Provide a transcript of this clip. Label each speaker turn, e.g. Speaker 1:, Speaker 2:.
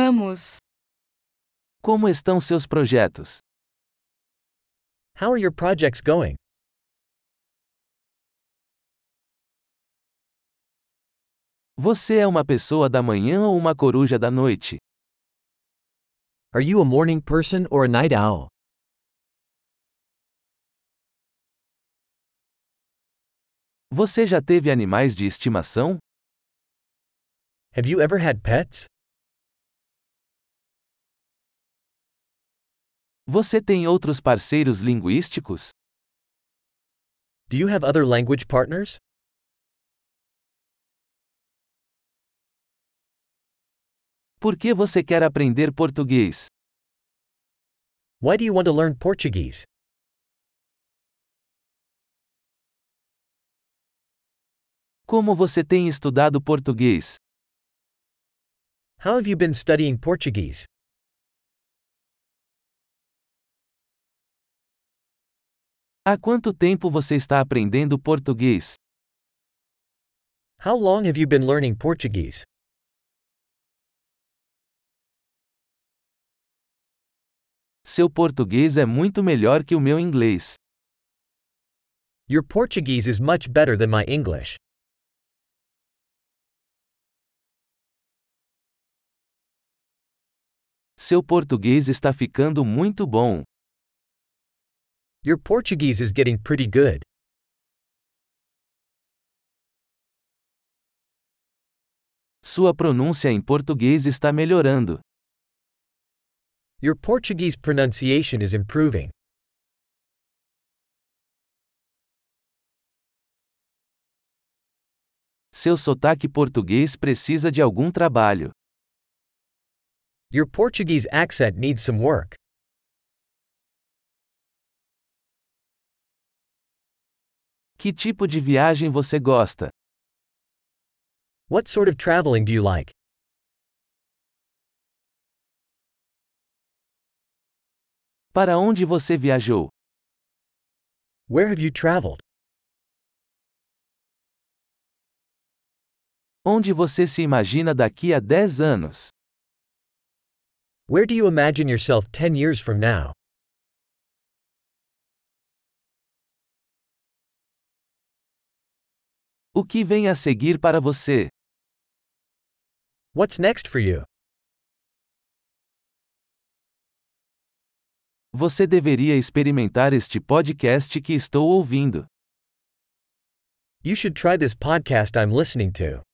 Speaker 1: Vamos!
Speaker 2: Como estão seus projetos?
Speaker 3: How are your projects going?
Speaker 2: Você é uma pessoa da manhã ou uma coruja da noite?
Speaker 3: Are you a morning person or a night owl?
Speaker 2: Você já teve animais de estimação?
Speaker 3: Have you ever had pets?
Speaker 2: Você tem outros parceiros linguísticos?
Speaker 3: Do you have other language partners?
Speaker 2: Por que você quer aprender português?
Speaker 3: Why do you want to learn Portuguese?
Speaker 2: Como você tem estudado português?
Speaker 3: How have you been studying Portuguese?
Speaker 2: Há quanto tempo você está aprendendo português?
Speaker 3: How long have you been learning Portuguese?
Speaker 2: Seu português é muito melhor que o meu inglês.
Speaker 3: Your Portuguese is much better than my English.
Speaker 2: Seu português está ficando muito bom.
Speaker 3: Your Portuguese is getting pretty good.
Speaker 2: Sua pronúncia em português está melhorando.
Speaker 3: Your Portuguese pronunciation is improving.
Speaker 2: Seu sotaque português precisa de algum trabalho.
Speaker 3: Your Portuguese accent needs some work.
Speaker 2: Que tipo de viagem você gosta?
Speaker 3: What sort of traveling do you like?
Speaker 2: Para onde você viajou?
Speaker 3: Where have you traveled?
Speaker 2: Onde você se imagina daqui a 10 anos?
Speaker 3: Where do you imagine yourself 10 years from now?
Speaker 2: O que vem a seguir para você?
Speaker 3: What's next for you?
Speaker 2: Você deveria experimentar este podcast que estou ouvindo.
Speaker 3: You should try this podcast I'm listening to.